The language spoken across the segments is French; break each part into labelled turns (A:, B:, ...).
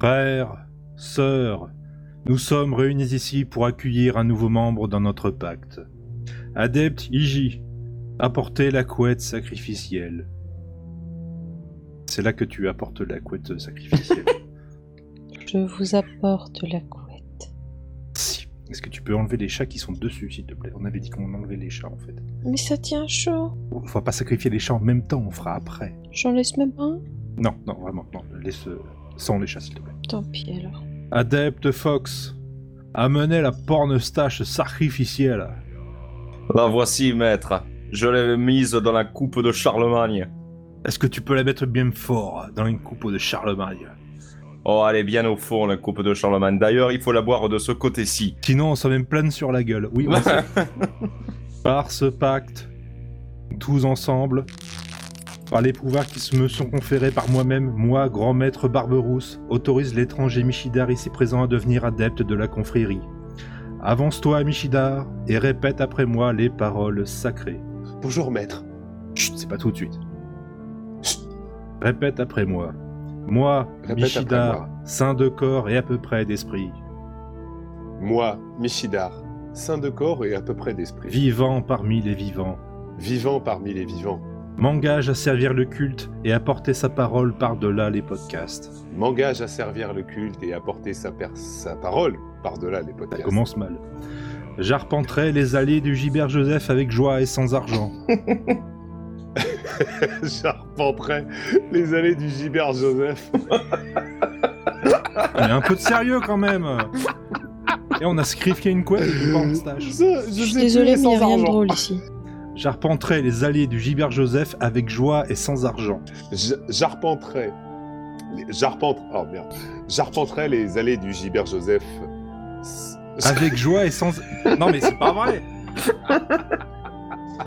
A: Frères, sœurs, nous sommes réunis ici pour accueillir un nouveau membre dans notre pacte. Adepte Iji, apportez la couette sacrificielle. C'est là que tu apportes la couette sacrificielle.
B: Je vous apporte la couette.
A: si. Est-ce que tu peux enlever les chats qui sont dessus, s'il te plaît On avait dit qu'on enlevait les chats, en fait.
B: Mais ça tient chaud.
A: On va pas sacrifier les chats en même temps, on fera après.
B: J'en laisse même un.
A: Non, non, vraiment, non. Laisse euh, sans les chats, s'il te plaît.
B: Tant pis alors.
A: Adepte Fox, amenez la pornestache sacrificielle.
C: La Ben, voici, maître. Je l'ai mise dans la coupe de Charlemagne.
A: Est-ce que tu peux la mettre bien fort dans une coupe de Charlemagne
C: Oh, elle est bien au fond, la coupe de Charlemagne. D'ailleurs, il faut la boire de ce côté-ci.
A: Sinon, on s'en même pleine sur la gueule. Oui, on sait. Par ce pacte, tous ensemble, par les pouvoirs qui se me sont conférés par moi-même, moi, grand maître Barberousse, autorise l'étranger Michidar ici présent à devenir adepte de la confrérie. Avance-toi, Michidar, et répète après moi les paroles sacrées.
D: Bonjour maître.
A: Chut, c'est pas tout de suite. Chut. Répète après moi. Moi,
D: Répète après
A: Michidar,
D: moi.
A: saint de corps et à peu près d'esprit,
D: Moi, Michidar, saint de corps et à peu près d'esprit,
A: vivant parmi les vivants,
D: vivant parmi les vivants,
A: m'engage à servir le culte et à porter sa parole par-delà les podcasts.
D: m'engage à servir le culte et à porter sa, per- sa parole par-delà les podcasts.
B: Bah,
A: Ça commence mal. J'arpenterai les allées du Gibert Joseph avec joie et sans argent.
D: J'arpenterai les allées du Gibert Joseph.
A: Mais un peu de sérieux quand même Et on a scrifié une couette et une
D: Je,
A: pornstache.
D: je
B: Je
D: sais
B: suis
D: plus,
B: désolée, mais il
D: sans
B: n'y a rien de
D: argent.
B: drôle ici.
A: J'arpenterai les allées du Gibert Joseph avec joie et sans argent.
D: J- J'arpenterai. les- J'arpente. Oh merde. J'arpenterai les allées du Gibert Joseph.
B: Ah,
D: S-
A: Avec joie et sans... Non mais c'est pas vrai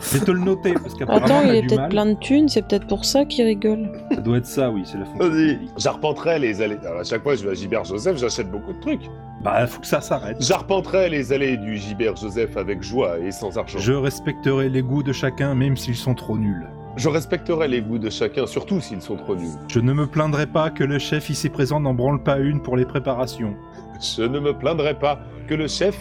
A: Je vais te le noter parce qu'apparemment
B: Attends, il
A: t'as
B: est
A: du
B: peut-être
A: mal.
B: plein de thunes, c'est peut-être pour ça qu'il rigole.
A: Ça doit être ça oui, c'est la fonction.
C: Vas-y.
D: J'arpenterai les allées. Alors, à chaque fois, je vais à Gibert Joseph, j'achète beaucoup de trucs.
A: Bah faut que ça s'arrête.
D: J'arpenterai les allées du Gibert Joseph avec joie et sans argent.
A: Je respecterai les goûts de chacun même s'ils sont trop nuls.
D: Je respecterai les goûts de chacun, surtout s'ils sont trop nuls.
A: Je ne me plaindrai pas que le chef ici présent n'en branle pas une pour les préparations.
D: Je ne me plaindrai pas que le chef,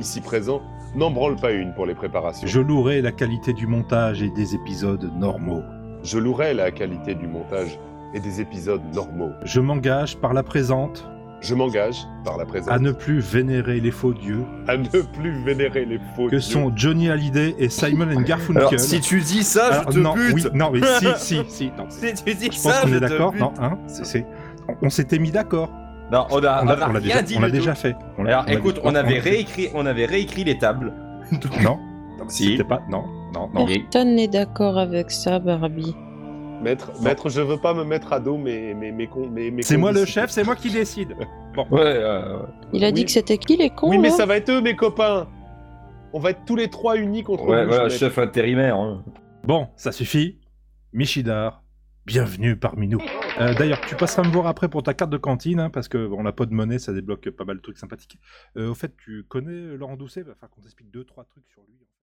D: ici présent, n'en branle pas une pour les préparations.
A: Je louerai la qualité du montage et des épisodes normaux.
D: Je louerai la qualité du montage et des épisodes normaux.
A: Je m'engage par la présente
D: Je m'engage, par la présence,
A: à ne plus vénérer les faux dieux
D: à ne plus vénérer les faux
A: que
D: dieux.
A: sont Johnny Hallyday et Simon and Garfunkel.
C: Alors, si tu dis ça,
A: Alors,
C: je te
A: Ah, non,
C: bute.
A: oui, non, mais si, si, si, non.
C: Si tu dis
A: Je pense
C: ça,
A: qu'on
C: je
A: est
C: te
A: d'accord,
C: bute.
A: non, hein, c'est- c'est- on- On s'était mis d'accord.
C: Non,
A: On
C: on a, on
A: l'a
C: a
A: on l'a
C: Ah, rien
A: déjà,
C: dit.
A: on l'a
C: le
A: déjà
C: doute.
A: fait. On l'a-
C: Alors,
A: on l'a-
C: écoute, on avait
A: l'a-
C: réécrit, on avait réécrit les tables.
A: Non,
C: Si.
A: c'était pas. Non, non, non.
C: Oui.
B: Personne n'est d'accord avec ça, Barbie.
D: Maître, maître, je veux pas me mettre à dos, mais mais mais con- mais- mais
A: C'est moi le
D: condisciples.
A: chef, c'est moi qui décide.
C: Ouais. euh,
B: Il a
D: Oui.
B: dit que c'était qui les cons hein
D: Oui, mais
B: là
D: ça va être eux, mes copains. On va être tous les trois unis contre
C: ouais,
D: nous,
C: voilà,
D: chef.
C: chef intérimaire. hein.
A: Bon, ça suffit. Michidar, bienvenue parmi nous. Euh, D'ailleurs, tu passeras me voir après pour ta carte de cantine, hein, parce que bon, la pot de monnaie, ça débloque pas mal de trucs sympathiques. Euh, au fait, tu connais Laurent Doucet Il va falloir qu'on t'explique deux, trois trucs sur lui.